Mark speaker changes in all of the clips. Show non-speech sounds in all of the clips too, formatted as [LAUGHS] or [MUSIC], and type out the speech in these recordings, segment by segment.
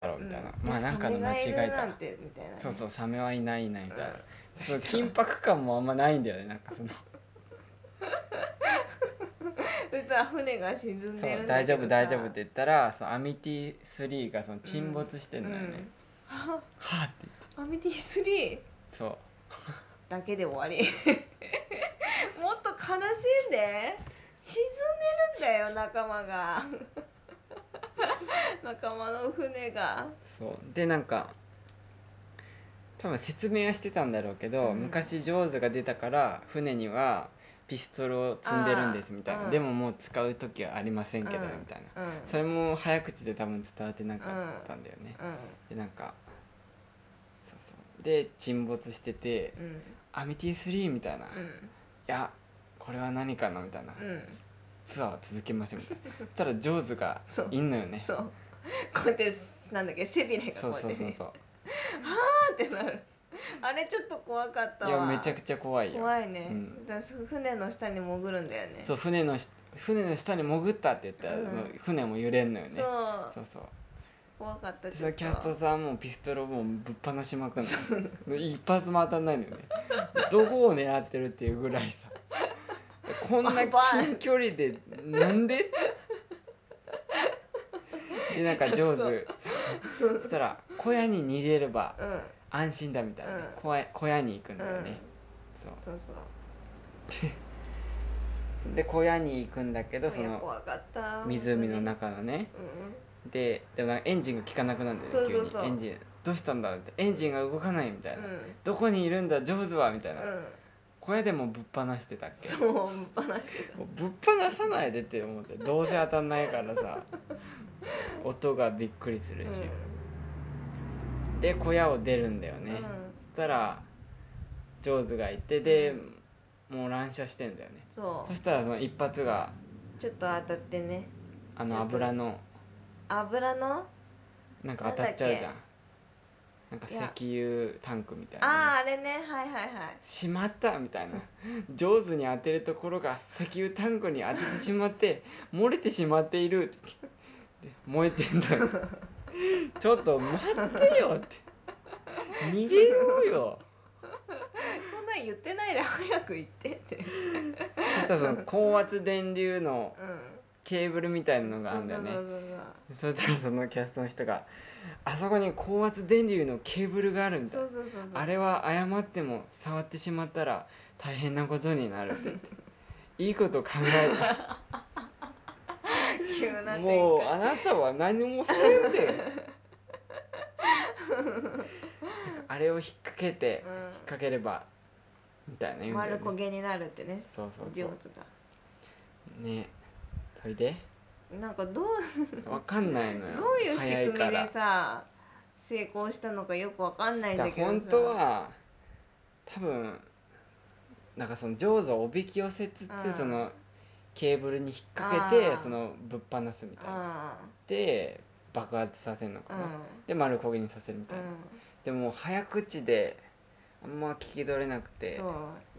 Speaker 1: みたいな、まあなんかの間違
Speaker 2: サメが
Speaker 1: い
Speaker 2: るなん
Speaker 1: か
Speaker 2: てみたいなね
Speaker 1: そうそうサメはいないいないみたいな、
Speaker 2: うん
Speaker 1: そう緊迫感もあんまないんだよねなんかそ
Speaker 2: [LAUGHS]
Speaker 1: の
Speaker 2: そしたら船が沈んでるんだ
Speaker 1: そ
Speaker 2: けど
Speaker 1: う
Speaker 2: さ
Speaker 1: 大丈夫大丈夫って言ったらそのアミティ3がその沈没してんだよね、
Speaker 2: うんうん
Speaker 1: はあって言って
Speaker 2: アミティ3
Speaker 1: そう
Speaker 2: だけで終わり [LAUGHS] もっと悲しんで沈んでるんだよ仲間が [LAUGHS] 仲間の船が
Speaker 1: そうでなんか多分説明はしてたんだろうけど、
Speaker 2: うん
Speaker 1: 昔ジョーズが出たから船にはピストルを積んでるんですみたいな、
Speaker 2: あー
Speaker 1: でももう使う時はありませんけどみたいな、
Speaker 2: な、うん
Speaker 1: それも早口で多分伝わってなかったんだよね、でなんかそうそうで沈没してて
Speaker 2: うんうん
Speaker 1: 「アミティ3」みたいな「いやこれは何かな」みたいな、
Speaker 2: うんうん
Speaker 1: ツアーを続けましょうみたい
Speaker 2: [LAUGHS]
Speaker 1: なそしたらジョーズがいんのよね
Speaker 2: そうこうやってなんだっけ背びれが
Speaker 1: そ
Speaker 2: こ
Speaker 1: う
Speaker 2: うや
Speaker 1: そう
Speaker 2: って
Speaker 1: そう
Speaker 2: ね
Speaker 1: そう
Speaker 2: パー [LAUGHS] ってなるあれちょっと怖かった
Speaker 1: いや
Speaker 2: わ
Speaker 1: めちゃくちゃ怖いよ
Speaker 2: 怖いね、
Speaker 1: うん
Speaker 2: だから船の下に潜るんだよね
Speaker 1: そう船のし船の下に潜ったって言ったら、
Speaker 2: うん
Speaker 1: もう船も揺れんのよね
Speaker 2: そう
Speaker 1: そうそう
Speaker 2: 怖かった
Speaker 1: でそのキャスト
Speaker 2: ト
Speaker 1: さんもピストルをもうぶっ放しまくんの一発も当たんないのよねどこを狙ってるっていうぐらいさこんな近距離でなんででなんか上手そしたら小屋に逃げれば
Speaker 2: うん
Speaker 1: 安心だみたいなね、
Speaker 2: うん
Speaker 1: 小屋小屋に行くんだよね、そう
Speaker 2: そうそう
Speaker 1: で小屋に行くんだけどそ
Speaker 2: いや
Speaker 1: の
Speaker 2: 怖かった
Speaker 1: 湖の
Speaker 2: 本
Speaker 1: 中のね
Speaker 2: 当にうん
Speaker 1: ででもなんかエンジンが効かなくなるんだよね
Speaker 2: そうそうそう
Speaker 1: 急にエンジンどうしたんだってエンジンが動かないみたいな、
Speaker 2: うん
Speaker 1: どこにいるんだジョーズはみたいな、
Speaker 2: うん
Speaker 1: 小屋でもぶっ放してたっけ
Speaker 2: そう話して
Speaker 1: もうぶっ放さないでって思ってどうせ当たんないから
Speaker 2: [LAUGHS]
Speaker 1: さ音がびっくりす
Speaker 2: た
Speaker 1: るし、で小屋を出るんだよね、
Speaker 2: うん
Speaker 1: そしたらジョーズがいてで、もう乱射してんだよね
Speaker 2: そ
Speaker 1: そしたらその一発が
Speaker 2: うちょっと当たってね
Speaker 1: あ
Speaker 2: ちょ
Speaker 1: の
Speaker 2: っと
Speaker 1: 油の
Speaker 2: 油の
Speaker 1: なんか当たっちゃうじゃんなんか
Speaker 2: いや
Speaker 1: 石油タンクみたいな
Speaker 2: あ
Speaker 1: ね
Speaker 2: あーあれねはいはいはい
Speaker 1: しまったみたいな上手に当てるところが石油タンクに当ててしまって漏れてしまっているってで燃えてんだ
Speaker 2: [LAUGHS]
Speaker 1: よちょっと待ってよって逃げようよ
Speaker 2: そんなん言ってないで早く行ってって
Speaker 1: そしたらその高圧電流の
Speaker 2: う
Speaker 1: ケーブルみたいなの
Speaker 2: ん
Speaker 1: があるんだよね
Speaker 2: そうそうそうそう
Speaker 1: そしたらそのキャストの人が「あそこに高圧電流のケーブルがあるんだ」
Speaker 2: そうそうそうそう
Speaker 1: あれは誤っても触ってしまったら大変なことになるって言っていいこと考え
Speaker 2: 急な
Speaker 1: た
Speaker 2: 展開
Speaker 1: もうあなたは何もせんでなんか [LAUGHS] あれを引っ掛けて、
Speaker 2: うん
Speaker 1: 引っ掛ければみたいな言うんだよ
Speaker 2: 丸
Speaker 1: ね
Speaker 2: 焦げになるってね
Speaker 1: そうそう
Speaker 2: ジ
Speaker 1: そ
Speaker 2: ョー
Speaker 1: う
Speaker 2: ズ
Speaker 1: ねそれで
Speaker 2: がなんかどう
Speaker 1: わかんないのよ
Speaker 2: どういう仕
Speaker 1: 早
Speaker 2: 組
Speaker 1: い
Speaker 2: み
Speaker 1: から
Speaker 2: でさ成功したのかよくわかんないんだ
Speaker 1: だ
Speaker 2: けどさ
Speaker 1: 本当は多分なんかその上手をおびき寄せつつ、
Speaker 2: うん
Speaker 1: そのケーブルに引っ掛けて
Speaker 2: あー
Speaker 1: そのぶっ放すみたいな
Speaker 2: あ
Speaker 1: で爆発させるの
Speaker 2: あ
Speaker 1: か
Speaker 2: う
Speaker 1: な、
Speaker 2: ん
Speaker 1: で丸焦げにさせるみたいな、
Speaker 2: う
Speaker 1: でも早口であんま聞き取れなく
Speaker 2: ん
Speaker 1: て
Speaker 2: そ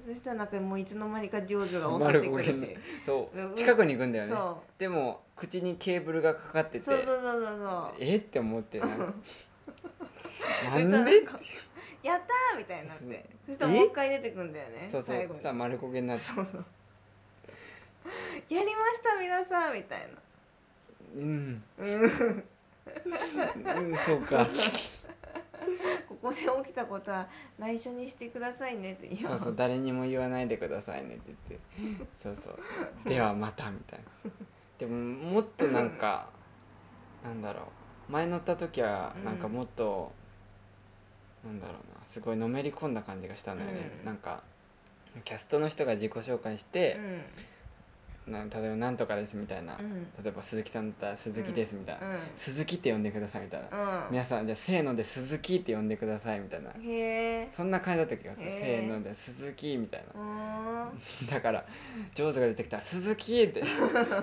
Speaker 2: うそしたらなんかもういつの間にか
Speaker 1: [LAUGHS]
Speaker 2: 上手が襲
Speaker 1: 丸
Speaker 2: って
Speaker 1: 焦
Speaker 2: く
Speaker 1: げ
Speaker 2: る
Speaker 1: に
Speaker 2: し
Speaker 1: そう
Speaker 2: うん
Speaker 1: 近くに行くんだよね
Speaker 2: そ
Speaker 1: でも口にケーブルがかかって
Speaker 2: う
Speaker 1: て
Speaker 2: そうそうそうそうそう
Speaker 1: えって思ってなんか
Speaker 2: そした
Speaker 1: な
Speaker 2: ら
Speaker 1: んで
Speaker 2: かやったーみたいになってそしたら
Speaker 1: え
Speaker 2: もう一回出てくんだよね
Speaker 1: そうそう
Speaker 2: 最
Speaker 1: そ
Speaker 2: 後に
Speaker 1: したら丸焦げになって
Speaker 2: やりました皆さんみたいな
Speaker 1: うん、うん、そうか
Speaker 2: ここで起きたことは内緒にしてくださいねって言
Speaker 1: [LAUGHS] そうそう誰にも言わないでくださいねって言ってそうそうではまたみたいなでももっとなんかなんだろう前乗った時はなんか
Speaker 2: うん
Speaker 1: もっと、なんだろうなすごいのめり込んだ感じがしたんだよね、
Speaker 2: うん
Speaker 1: なんかキャストの人が自己紹介して
Speaker 2: う、ん
Speaker 1: な例えば「なんとかです」みたいな、
Speaker 2: うん
Speaker 1: 例えば鈴木さんだったら「鈴木です」みたいな、
Speaker 2: うん
Speaker 1: 鈴木って呼んでください」みたいな、
Speaker 2: うん
Speaker 1: 皆さんじゃあせーので「鈴木」って呼んでくださいみたいな、
Speaker 2: へえ
Speaker 1: そんな感じだった気がする、
Speaker 2: へー
Speaker 1: せーので「鈴木」みたいな
Speaker 2: う、ーん
Speaker 1: [LAUGHS] だから上手が出てきたら「鈴木!」
Speaker 2: [LAUGHS]
Speaker 1: って「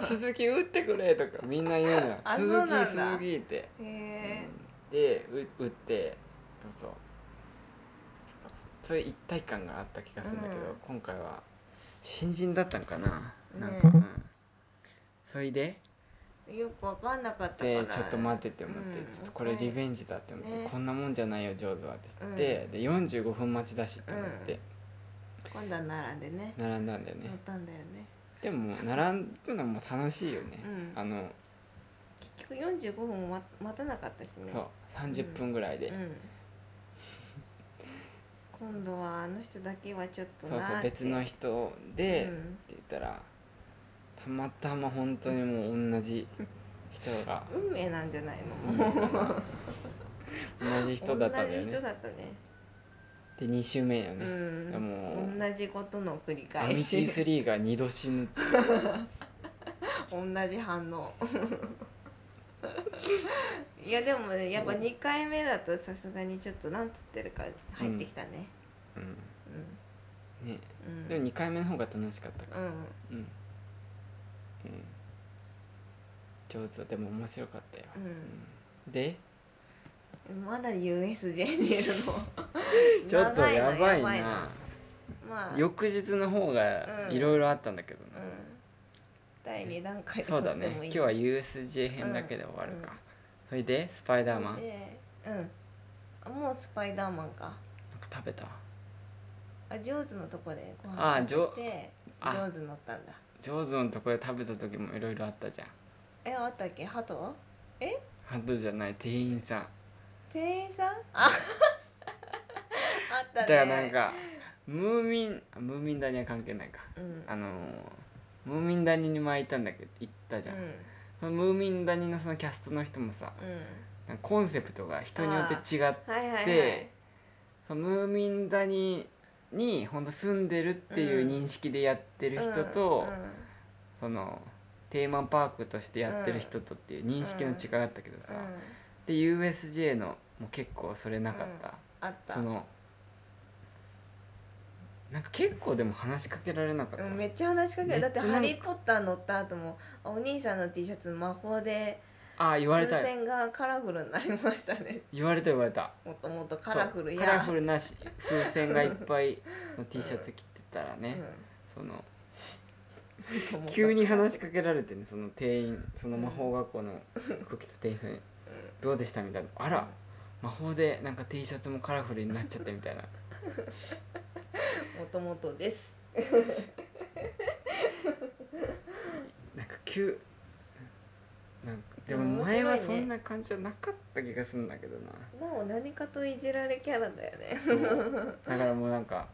Speaker 1: 鈴木打ってくれ!」とかみんな言うのよ「
Speaker 2: あ
Speaker 1: 鈴
Speaker 2: そうな
Speaker 1: 木
Speaker 2: んだ
Speaker 1: 鈴木」って、
Speaker 2: へえ
Speaker 1: でう打ってそうそうそうそうそういう一体感があった気がするんだけど、
Speaker 2: うん
Speaker 1: 今回は新人だったんかな、
Speaker 2: ね
Speaker 1: なんか、うん、それで
Speaker 2: よく分かんなかったか
Speaker 1: で
Speaker 2: ら
Speaker 1: ちょっと待ってって思って、
Speaker 2: うん
Speaker 1: ちょっとこれリベンジだって思って、
Speaker 2: ね
Speaker 1: こんなもんじゃないよ上手はって言って、で45分待ちだしって思って
Speaker 2: 今度は並んでね
Speaker 1: 並んだんだよね
Speaker 2: 乗っ、たんだよね
Speaker 1: でも並ぶのも楽しいよね、
Speaker 2: うん
Speaker 1: あの
Speaker 2: 結局45分も待待たなかったしね
Speaker 1: そう30分ぐらいで、
Speaker 2: うん、今度はあの人だけはちょっと
Speaker 1: そうそう
Speaker 2: なって
Speaker 1: 別の人で、
Speaker 2: う
Speaker 1: って
Speaker 2: ん
Speaker 1: 言ったらたまたま本当にもう同じ人が
Speaker 2: 運命なんじゃないの、
Speaker 1: うん同じ人だったんだよ
Speaker 2: 同じ
Speaker 1: ね
Speaker 2: 人だったね
Speaker 1: で2周目よね、
Speaker 2: うん
Speaker 1: でも
Speaker 2: 同じことの繰り
Speaker 1: アミ
Speaker 2: 返
Speaker 1: テ
Speaker 2: し
Speaker 1: ィ3が2度死ぬって
Speaker 2: 同じ反応 [LAUGHS] いやでもねやっぱ2回目だとさすがにちょっとなんつってるか入ってきたね
Speaker 1: うん
Speaker 2: う
Speaker 1: ね
Speaker 2: んうん
Speaker 1: でも2回目の方が楽しかったか
Speaker 2: うん
Speaker 1: うん、うん、上手だでも面白かったよ、うんで
Speaker 2: まだ USJ にいるの
Speaker 1: [LAUGHS] ちょっと
Speaker 2: 長の
Speaker 1: やばいな
Speaker 2: まあ
Speaker 1: 翌日の方がいろいろあったんだけど
Speaker 2: う
Speaker 1: な、
Speaker 2: ん第2段階
Speaker 1: そうだ
Speaker 2: で [LAUGHS]
Speaker 1: ね
Speaker 2: もいい
Speaker 1: 今日は USJ 編だけで終わるか、
Speaker 2: うん
Speaker 1: それでスパイダーマンなんか
Speaker 2: でうんもうスパイダーマンか
Speaker 1: 食べた
Speaker 2: あジョーズのとこでご
Speaker 1: あ
Speaker 2: 飯
Speaker 1: ジ
Speaker 2: 食
Speaker 1: ョ
Speaker 2: べてジ
Speaker 1: あ
Speaker 2: ョーズ乗ったんだ
Speaker 1: 上手のとこで食べた時もいろいろあったじゃん
Speaker 2: えあったっけハトえ
Speaker 1: ハトじゃない店員さん
Speaker 2: 店員さんああっ
Speaker 1: だ
Speaker 2: たね
Speaker 1: からなんかムーミンあムーミン谷は関係ないか、
Speaker 2: うん
Speaker 1: あのームーミン谷に前行ったんだけど行ったじゃん、
Speaker 2: うん
Speaker 1: そのムーミン谷のそのキャストの人もさ
Speaker 2: うん
Speaker 1: なんかコンセプトが人によって違って、
Speaker 2: はいはいはい
Speaker 1: そのムーミン谷にほんと住んでるっていう認識でやってる人と、
Speaker 2: うんうん
Speaker 1: そのテーマパークとしてやってる人とっていう認識の違いあったけどさ、
Speaker 2: うん
Speaker 1: で USJ のもう結構それなかった、
Speaker 2: あった
Speaker 1: そのなんか結構でも話しかけられなかった、
Speaker 2: うん、めっちゃ話しかけるだって
Speaker 1: めっちゃ
Speaker 2: 「
Speaker 1: な
Speaker 2: ハ
Speaker 1: んか
Speaker 2: リー・ポッター」乗った後もあお兄さんの T シャツ魔法で
Speaker 1: ああ言われ
Speaker 2: 風
Speaker 1: た
Speaker 2: 船がカラフルになりましたね [LAUGHS]
Speaker 1: 言われた言われた
Speaker 2: もっともっとカラフルや
Speaker 1: そうカラフルなし風船がいっぱ
Speaker 2: [LAUGHS]
Speaker 1: いの T シャツ着てたらね、その
Speaker 2: うん
Speaker 1: 急に話しかけられてねその店員その魔法学校の服着た店員さんに「どうでした?」みたいな「あら魔法でなんか T シャツもカラフルになっちゃって」みたいな
Speaker 2: [LAUGHS] もともとです
Speaker 1: なんか急なんかで
Speaker 2: で
Speaker 1: も
Speaker 2: も
Speaker 1: 前は
Speaker 2: 面白
Speaker 1: そ
Speaker 2: いね
Speaker 1: んな感じじゃなかった気がするんだけどな、
Speaker 2: なお何かといじられキャラだよね
Speaker 1: そうだからもうなんか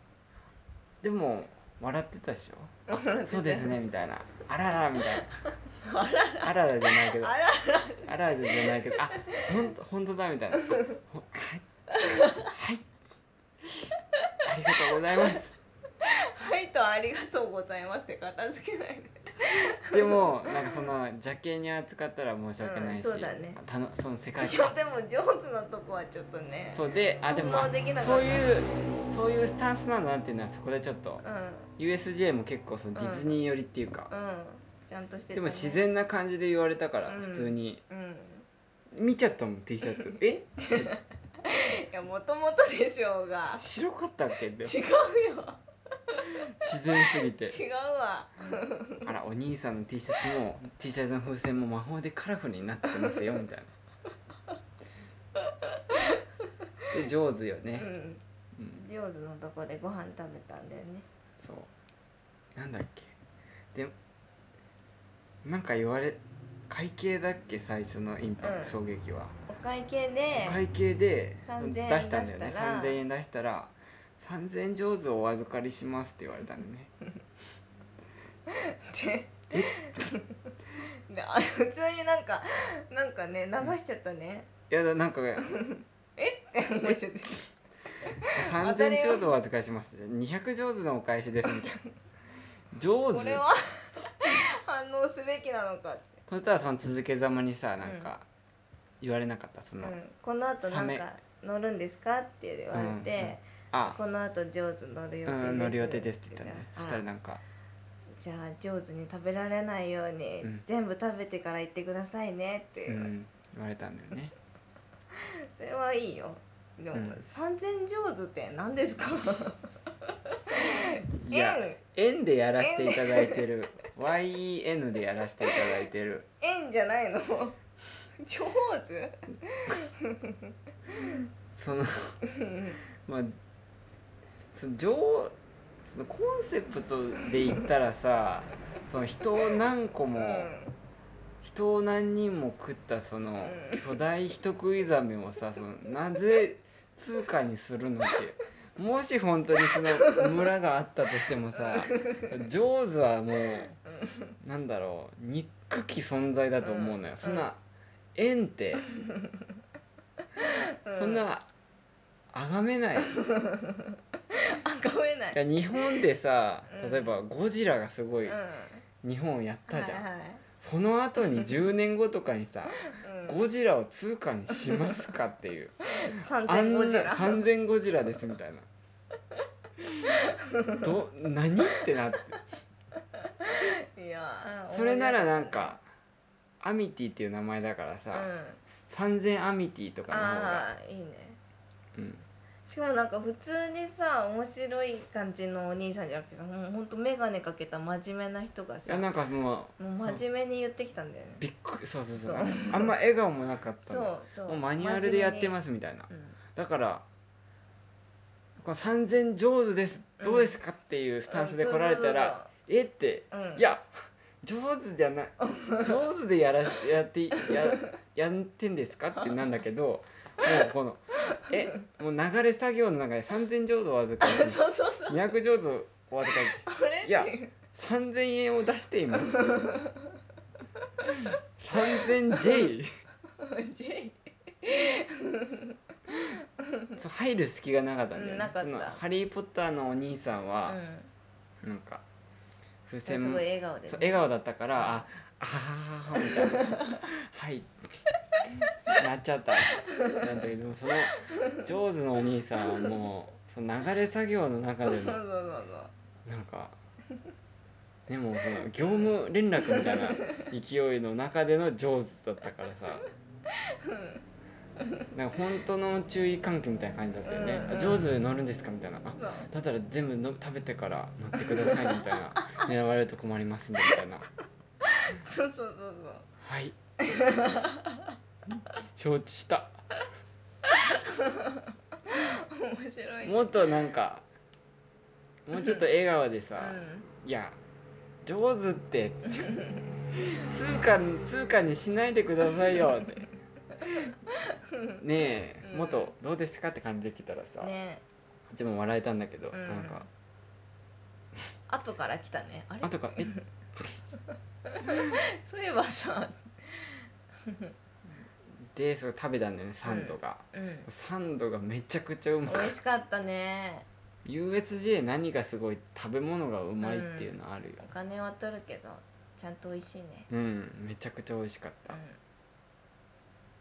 Speaker 1: でも笑ってたでしょあそうですねみたいなあららみたい
Speaker 2: [LAUGHS]
Speaker 1: なあららじゃないけど
Speaker 2: あら [LAUGHS]
Speaker 1: あららじゃないけどあほんとほんとだみたい
Speaker 2: [LAUGHS]
Speaker 1: なほはいはいありがとうございます
Speaker 2: はいとありがとうございますって片付けないで
Speaker 1: でもなんかその邪気に扱ったら申し訳ないし、
Speaker 2: うんそうだね
Speaker 1: たのその世界
Speaker 2: い
Speaker 1: 観
Speaker 2: やでも上手のとこはちょっとね
Speaker 1: そうであでも
Speaker 2: 反応できなかった
Speaker 1: そういうそういうスタンスなんだなっていうのはそこでちょっと
Speaker 2: う、ん
Speaker 1: USJ も結構そのディズニー寄りっていうか、
Speaker 2: うんちゃんとしてたね
Speaker 1: でも自然な感じで言われたから
Speaker 2: うん
Speaker 1: 普通に、
Speaker 2: うん
Speaker 1: 見ちゃったもん T シャ
Speaker 2: [LAUGHS]
Speaker 1: ツえ
Speaker 2: いやもともとでしょうが
Speaker 1: 白かったっけって
Speaker 2: 違うよ
Speaker 1: 自然すぎて
Speaker 2: 違うわ
Speaker 1: あらお兄さんの T シャツも T シャツの風船も魔法でカラフルになってますよみたい
Speaker 2: [LAUGHS]
Speaker 1: なで上手よ
Speaker 2: う
Speaker 1: ね、
Speaker 2: ん
Speaker 1: うん
Speaker 2: 上手のとこでご飯食べたんだよね
Speaker 1: そうなんだっけでなんか言われ会計だっけ最初のインパクト、
Speaker 2: うん
Speaker 1: 衝撃は
Speaker 2: お会計で
Speaker 1: お会計で
Speaker 2: 3000
Speaker 1: 出
Speaker 2: 円
Speaker 1: したんだよね
Speaker 2: 出したら
Speaker 1: 3000円出したら「3000円上手お預かりします」って言われたんだね
Speaker 2: であ普通になんかなんかね流しちゃったね、
Speaker 1: いやだなんか
Speaker 2: [LAUGHS] え思っちゃって
Speaker 1: 「
Speaker 2: 当たり
Speaker 1: 3000
Speaker 2: 前
Speaker 1: 上手お預かりします」200上手のお返しです」みたいな「上手
Speaker 2: これは [LAUGHS] 反応すべきなのかって、
Speaker 1: そしたらその続けざまにさなんか言われなかったそ
Speaker 2: うん
Speaker 1: の、、
Speaker 2: この後な
Speaker 1: サ
Speaker 2: ん
Speaker 1: メ
Speaker 2: か乗るんですかって言われて、
Speaker 1: あ
Speaker 2: この後上手乗る予定です、
Speaker 1: うん乗る予定ですって言ったね
Speaker 2: あ
Speaker 1: そしたらなんか
Speaker 2: じゃあ上手に食べられないように、
Speaker 1: うん
Speaker 2: 全部食べてから行ってくださいねって
Speaker 1: う
Speaker 2: 言
Speaker 1: ん言
Speaker 2: われて
Speaker 1: われたんだよね
Speaker 2: それはいいよでも、
Speaker 1: うん
Speaker 2: 三千上手って何ですか [LAUGHS]
Speaker 1: いや円でやらせていただいてる YEN でやらせていただいてる
Speaker 2: 円んじゃないの [LAUGHS] 上手
Speaker 1: そのまあその上そのコンセプトで言ったらさその人を何個も、人を何人も食ったその
Speaker 2: うん
Speaker 1: 巨大人食いザメをさそのなぜ通貨にするのってもし本当にそ
Speaker 2: [LAUGHS]
Speaker 1: の村があったとしてもさジョーズはもうなんだろう憎き存在だと思うのよ、
Speaker 2: うん
Speaker 1: そんな縁って、
Speaker 2: うん
Speaker 1: そんな崇めない
Speaker 2: あごめんない
Speaker 1: いや日本でさ
Speaker 2: うん
Speaker 1: 例えばゴジラがすごい
Speaker 2: うん
Speaker 1: 日本をやったじゃん、
Speaker 2: はいはい
Speaker 1: その後に10年後とかにさ
Speaker 2: うん
Speaker 1: ゴジラを通貨にしますかっていう
Speaker 2: 三
Speaker 1: あん
Speaker 2: 千五十
Speaker 1: な
Speaker 2: ラ
Speaker 1: 3000ゴジラですみたいなど何って
Speaker 2: [LAUGHS]
Speaker 1: なって
Speaker 2: いや
Speaker 1: それならなんかアミティっていう名前だから
Speaker 2: うん
Speaker 1: さ、3000アミティとかの方が
Speaker 2: ああいいね
Speaker 1: うん
Speaker 2: しかもなんか普通にさ面白い感じのお兄さんじゃなくてさもうほんと眼鏡かけた真面目な人が
Speaker 1: い
Speaker 2: さ
Speaker 1: やなんかもう
Speaker 2: もう真面目に言ってきたんだよね
Speaker 1: びっくりそうそうそう
Speaker 2: そう
Speaker 1: なんかあんま笑顔もなかった
Speaker 2: そ
Speaker 1: んだよ
Speaker 2: うそう
Speaker 1: もうマニュアルでやって
Speaker 2: す、
Speaker 1: ますみたいな
Speaker 2: うん
Speaker 1: だからこの3000上手です
Speaker 2: うん
Speaker 1: どうですかっていうスタンスで来られたら、えって、
Speaker 2: うんそうそうそう、うん
Speaker 1: いや上手じゃない上手でやらや
Speaker 2: [LAUGHS]
Speaker 1: ってややってんですかってなんだけどもうこのえもう流れ作業の中で3000上手を預かり
Speaker 2: そうそうそう
Speaker 1: 200上手をお預かり
Speaker 2: あれ
Speaker 1: いや3000円を出しています
Speaker 2: [LAUGHS]
Speaker 1: 3000J
Speaker 2: ジ
Speaker 1: そう入る隙がなかったんだよね、
Speaker 2: うんなかった
Speaker 1: そのハリー・ポッターのお兄さん
Speaker 2: ェ
Speaker 1: は
Speaker 2: イ、
Speaker 1: なんか風
Speaker 2: うん、
Speaker 1: 船
Speaker 2: す
Speaker 1: も
Speaker 2: ごい笑顔で、ね、
Speaker 1: そう笑顔だったからああはははみたいな
Speaker 2: [LAUGHS]
Speaker 1: はいなっちゃったなんだけどその上手のお兄さんはもうその流れ作業の中で
Speaker 2: そう
Speaker 1: の
Speaker 2: そうそうそう
Speaker 1: なんかでもその業務連絡みたいな勢いの中での上手だったからさなんか本当の注意喚起みたいな感じだったよね
Speaker 2: うんうん
Speaker 1: あ上手乗るんですかみたいなあ
Speaker 2: そう
Speaker 1: だったら全部の食べてから乗ってくださいみたい
Speaker 2: [LAUGHS]
Speaker 1: な狙われると困りますんでみたいな
Speaker 2: そうそうそうそう
Speaker 1: はい承知した
Speaker 2: 面白いね
Speaker 1: もっとなんかもうちょっと笑顔でさ
Speaker 2: う、ん
Speaker 1: いや上手って通貨通貨にしないでくださいよってねえ、
Speaker 2: うん
Speaker 1: もっとどうですかって感じで来たらさ、
Speaker 2: ね
Speaker 1: こっちも笑えたんだけど、
Speaker 2: うん
Speaker 1: なんか
Speaker 2: 後から来たねあれ
Speaker 1: 後から「え
Speaker 2: そういえばさ
Speaker 1: でそれ食べたんだよねサンドが、
Speaker 2: うん
Speaker 1: サンドがめちゃくちゃうま
Speaker 2: 美
Speaker 1: い
Speaker 2: 味しかったね
Speaker 1: USJ 何がすごい食べ物がうまいっていうのあるよ
Speaker 2: お金は取るけどちゃんと美味しいね
Speaker 1: うん、めちゃくちゃ美味しかった、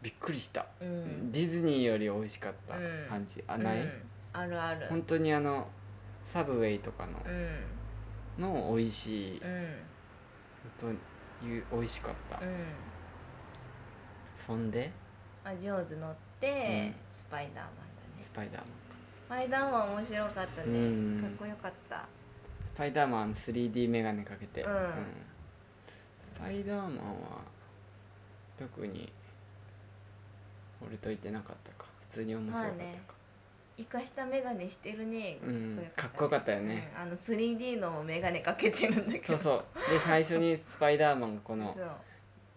Speaker 1: びっくりした、
Speaker 2: うんうん
Speaker 1: ディズニーより美味しかった
Speaker 2: うん
Speaker 1: 感じ、あない、
Speaker 2: うんあるある
Speaker 1: 本当にあのサブウェイとかの
Speaker 2: う、ん
Speaker 1: の美味しい、
Speaker 2: うん
Speaker 1: 本当に美味しかった、
Speaker 2: うん
Speaker 1: そんで
Speaker 2: まあジョーズ乗ってスパイダーマンだね
Speaker 1: スパイダーマンか
Speaker 2: スパイダーマン面白かった
Speaker 1: うん
Speaker 2: ねかっこよかった
Speaker 1: スパイダーマン 3D メガネかけて、
Speaker 2: うん
Speaker 1: スパイダーマンは特に俺といてなかったか普通に面白かったか、
Speaker 2: まあね生かしたメガネしてるね
Speaker 1: うんかっこよかったよね、
Speaker 2: うんあの 3D のメガネかけてるんだけど
Speaker 1: そうそうで最初にスパイダーマンがこ
Speaker 2: う
Speaker 1: の
Speaker 2: そう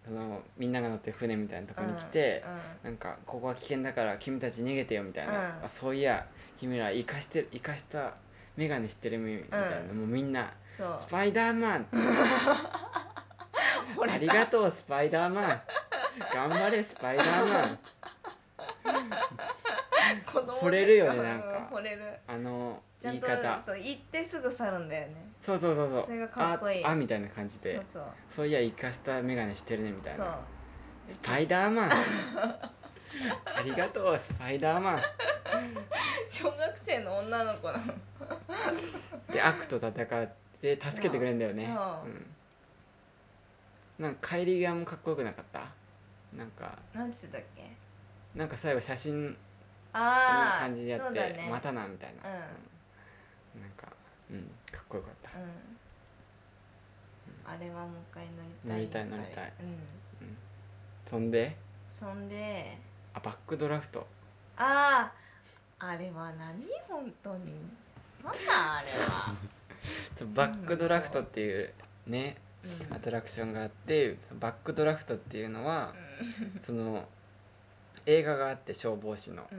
Speaker 1: そのみんなが乗ってる船みたいなとこに来て、なんかここは危険だから君たち逃げてよみたいな、
Speaker 2: うん
Speaker 1: あそういや君ら生かしてる生かした眼鏡してるみたいな、もうみんな
Speaker 2: うんそ
Speaker 1: 「スパイダーマ
Speaker 2: [LAUGHS]
Speaker 1: ン
Speaker 2: うほ
Speaker 1: あ
Speaker 2: ら
Speaker 1: りがとうスパイダーマン頑張れスパイダーマ
Speaker 2: [LAUGHS]
Speaker 1: ン
Speaker 2: 子供
Speaker 1: 惚れるよね
Speaker 2: う
Speaker 1: なんか
Speaker 2: 惚れる」
Speaker 1: あの
Speaker 2: ちゃ
Speaker 1: 言
Speaker 2: ん
Speaker 1: い
Speaker 2: と
Speaker 1: 方
Speaker 2: そう行ってすぐ去るんだよね
Speaker 1: そうそうそうそう
Speaker 2: それがかっこいい
Speaker 1: ああみたいな感じ
Speaker 2: そう
Speaker 1: で
Speaker 2: そう
Speaker 1: そういや生かした眼鏡してるねみたい
Speaker 2: そ
Speaker 1: な
Speaker 2: う
Speaker 1: スパイダー
Speaker 2: [LAUGHS]
Speaker 1: マンありがとうスパイダーマン
Speaker 2: 小学生の女の子なの
Speaker 1: で悪と戦って助けてくれるんだよね
Speaker 2: そ
Speaker 1: う
Speaker 2: う
Speaker 1: ん、なんか帰り際もかっこよくなかったなんか
Speaker 2: なんて言ってたっけ
Speaker 1: なんか最後写真の
Speaker 2: ああ
Speaker 1: 感じでやっ
Speaker 2: そう
Speaker 1: て、
Speaker 2: だね
Speaker 1: またなみたいな、
Speaker 2: うん
Speaker 1: うんなんかうんかっこよかった、
Speaker 2: うんあれはもう一回乗りたい
Speaker 1: 乗りたい乗りたい
Speaker 2: やっぱり
Speaker 1: うんそんで
Speaker 2: そんで
Speaker 1: あバックドラフト
Speaker 2: あああれは何本当になんだあれは、
Speaker 1: そうバックドラフトっていうね
Speaker 2: うん
Speaker 1: アトラクションがあってバックドラフトっていうのは
Speaker 2: う
Speaker 1: その映画があって消防士の
Speaker 2: んう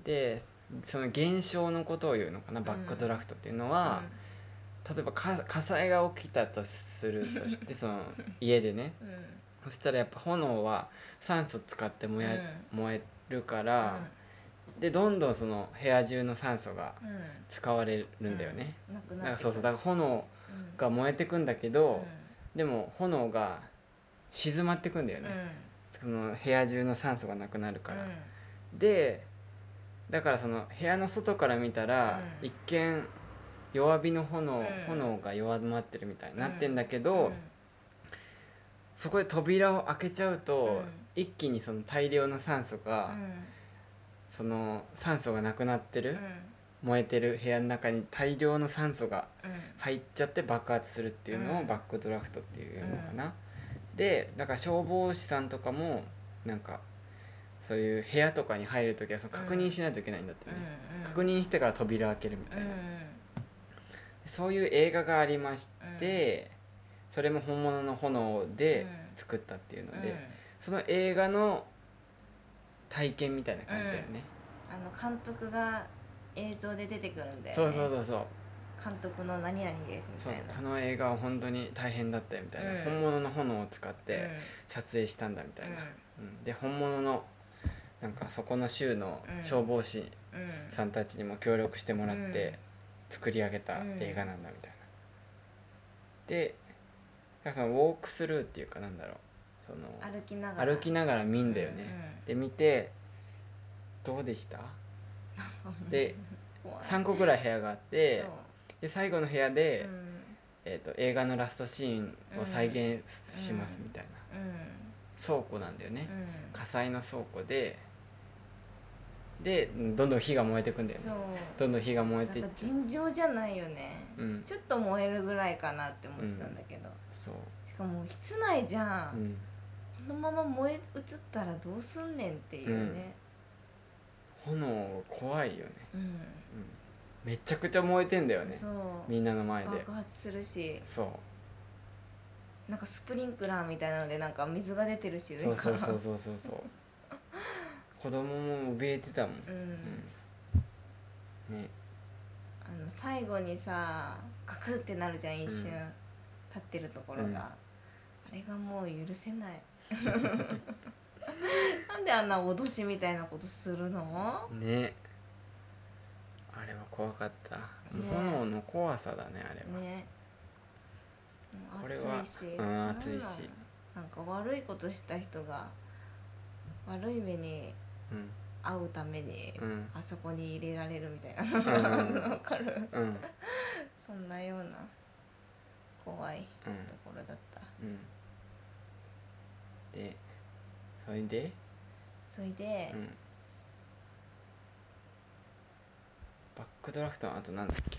Speaker 2: ん
Speaker 1: でその現象のことを言うのかなバックドラフトっていうのは、例えばか火災が起きたとするとしてそ
Speaker 2: [LAUGHS]
Speaker 1: の家でね
Speaker 2: うんうん
Speaker 1: そしたらやっぱ炎は酸素使って燃え,、燃えるから、でどんどんその部屋中の酸素が
Speaker 2: うんうん
Speaker 1: 使われるんだよね、
Speaker 2: うんなく
Speaker 1: だか
Speaker 2: な
Speaker 1: ら
Speaker 2: って
Speaker 1: そうそうだから炎が燃えてくんだけ
Speaker 2: うん
Speaker 1: ど、でも炎が静まってくんだよ
Speaker 2: うん
Speaker 1: ね、
Speaker 2: うん
Speaker 1: その部屋中の酸素がなくなるから、でだからその部屋の外から見たら、
Speaker 2: うん
Speaker 1: 一見弱火の炎,、
Speaker 2: うん
Speaker 1: 炎が弱まってるみたいになってんだけ
Speaker 2: うん
Speaker 1: ど、そこで扉を開けちゃうと、
Speaker 2: う
Speaker 1: 一気にその大量の酸素
Speaker 2: う
Speaker 1: が、
Speaker 2: ん
Speaker 1: その酸素がなくなって
Speaker 2: う
Speaker 1: る、
Speaker 2: ん
Speaker 1: 燃えてる部屋の中に大量の酸素が
Speaker 2: うん
Speaker 1: 入っちゃって爆発するっていうの
Speaker 2: う
Speaker 1: を
Speaker 2: ん
Speaker 1: バックドラフトっていうのかな、でだから消防士さんとかもなんかそういう部屋とかに入るときはその確認しないといけないんだってね、
Speaker 2: うん
Speaker 1: 確認してから扉開けるみた
Speaker 2: う
Speaker 1: い
Speaker 2: ん
Speaker 1: な、そういう映画がありまし
Speaker 2: うん
Speaker 1: て、それも本物の炎で作ったっていうので、その映画の体験みたいな感じだよね、
Speaker 2: あの監督が映像で出てくるんで、ね、
Speaker 1: そうそうそうそう
Speaker 2: 監督の何々ですみ
Speaker 1: そ
Speaker 2: た
Speaker 1: う
Speaker 2: いな
Speaker 1: この映画は本当に大変だったよみたいな、
Speaker 2: うん
Speaker 1: 本物の炎を使っ
Speaker 2: うん
Speaker 1: て撮影したんだみたいな、うんで本物のなんかそこの州の
Speaker 2: うん
Speaker 1: 消防士
Speaker 2: うんうん
Speaker 1: さんたちにも協力してもらって作り上げた
Speaker 2: うん
Speaker 1: 映画なんだみたいな。でだからそのウォークスルーっていうかなんだろうその
Speaker 2: 歩きながら
Speaker 1: 歩きながら見んだよね。で見てどうでしたで3個ぐらい部屋があってで最後の部屋
Speaker 2: で
Speaker 1: で
Speaker 2: う、ん
Speaker 1: えー、と映画のラストシーンを再現しますみたいな倉庫なんだよね。
Speaker 2: うんうん
Speaker 1: 火災の倉庫ででどんどん火が燃えてくんだよね
Speaker 2: そう
Speaker 1: どんどん火が燃えていっ
Speaker 2: なんか
Speaker 1: ちゃう
Speaker 2: 尋常じゃないよね、
Speaker 1: うん
Speaker 2: ちょっと燃えるぐらいかなって思ってたんだけど、
Speaker 1: そう、
Speaker 2: しかも室内じゃ、
Speaker 1: うんん、
Speaker 2: このまま燃え移ったらどうすんねんっていうね、
Speaker 1: 炎怖いよね、
Speaker 2: うん
Speaker 1: うん、めちゃくちゃ燃えてんだよね
Speaker 2: そう
Speaker 1: みんなの前で
Speaker 2: 爆発するし
Speaker 1: そう
Speaker 2: なんかスプリンクラーみたいなのでなんか水が出てるし
Speaker 1: そうそうそううそうそうそう子供も怯えてたもん、
Speaker 2: [LAUGHS] うん、
Speaker 1: うん、ね
Speaker 2: あの最後にさガクってなるじゃん一瞬、
Speaker 1: うん
Speaker 2: 立ってるところが、
Speaker 1: うん
Speaker 2: あれがもう許せない [LAUGHS] なんであんな脅しみたいなことするの
Speaker 1: ねあれは怖かった、
Speaker 2: ね
Speaker 1: 炎の怖さだねあれは、
Speaker 2: ね
Speaker 1: これは
Speaker 2: 暑いし、
Speaker 1: うん
Speaker 2: なん
Speaker 1: 暑いし
Speaker 2: なんか悪いことした人が悪い目に遭うために、
Speaker 1: うんうん
Speaker 2: あそこに入れられるみたいな
Speaker 1: うん
Speaker 2: [LAUGHS] わかる
Speaker 1: うんうん
Speaker 2: そんなような怖いところだった、
Speaker 1: うんでそれで、
Speaker 2: それで、
Speaker 1: うん、バックドラフトのあとなんだっけ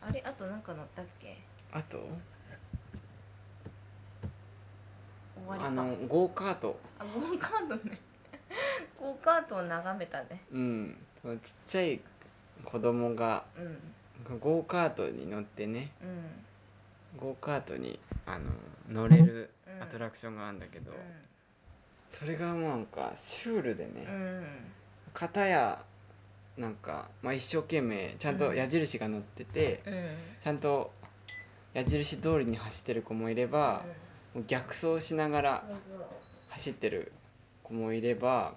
Speaker 2: あれあとなんか乗ったっけ
Speaker 1: あと
Speaker 2: 終わりか
Speaker 1: あのゴーカート
Speaker 2: あゴーカートね [LAUGHS] ゴーカートを眺めたね
Speaker 1: うんそのちっちゃい子供が
Speaker 2: うんうん
Speaker 1: ゴーカートに乗ってねゴーカートにあの乗れる
Speaker 2: うん
Speaker 1: アトラクションがあるんだけど、
Speaker 2: う
Speaker 1: それがもうなんかシュールでね、
Speaker 2: んうん
Speaker 1: 片やなんか、まあ、一生懸命ちゃんと矢印が乗ってて、
Speaker 2: うん
Speaker 1: ちゃんと矢印通りに走ってる子もいればもう逆走しながら
Speaker 2: そうそう
Speaker 1: 走ってる子もいれば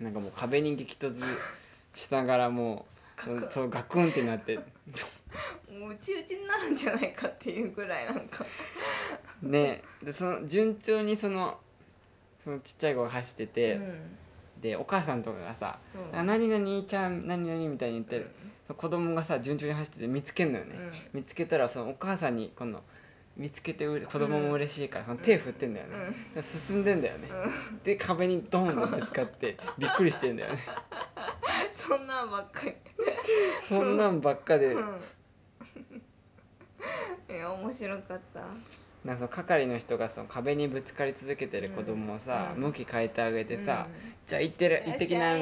Speaker 1: なんかもう壁に激突しながらもうそのそうガクンってなって
Speaker 2: もううちうちになるんじゃないかっていうぐらいなんか
Speaker 1: ねでその順調にそのそのちっちゃい子が走ってて、
Speaker 2: うん
Speaker 1: でお母さんとかがさ
Speaker 2: そう
Speaker 1: 「あ何々ちゃん何々」みたいに言って、
Speaker 2: うん
Speaker 1: その子供がさ順調に走ってて見つけんのよね。
Speaker 2: う
Speaker 1: 見つけたらそのお母さんにこの見つけてうれ子供も嬉しいから、その手振ってんだよね、進んでんだよね、で壁にドーンとぶつかってびっくりしてんだよね
Speaker 2: んそんなんばっかり
Speaker 1: そ
Speaker 2: [LAUGHS]
Speaker 1: んなんばっかで
Speaker 2: うんいや面白かった
Speaker 1: なんかその係の人がその壁にぶつかり続けてる子供をさ、
Speaker 2: うん
Speaker 1: 向き変えてあげてさ「
Speaker 2: うん
Speaker 1: じゃあ行ってる行ってきな」み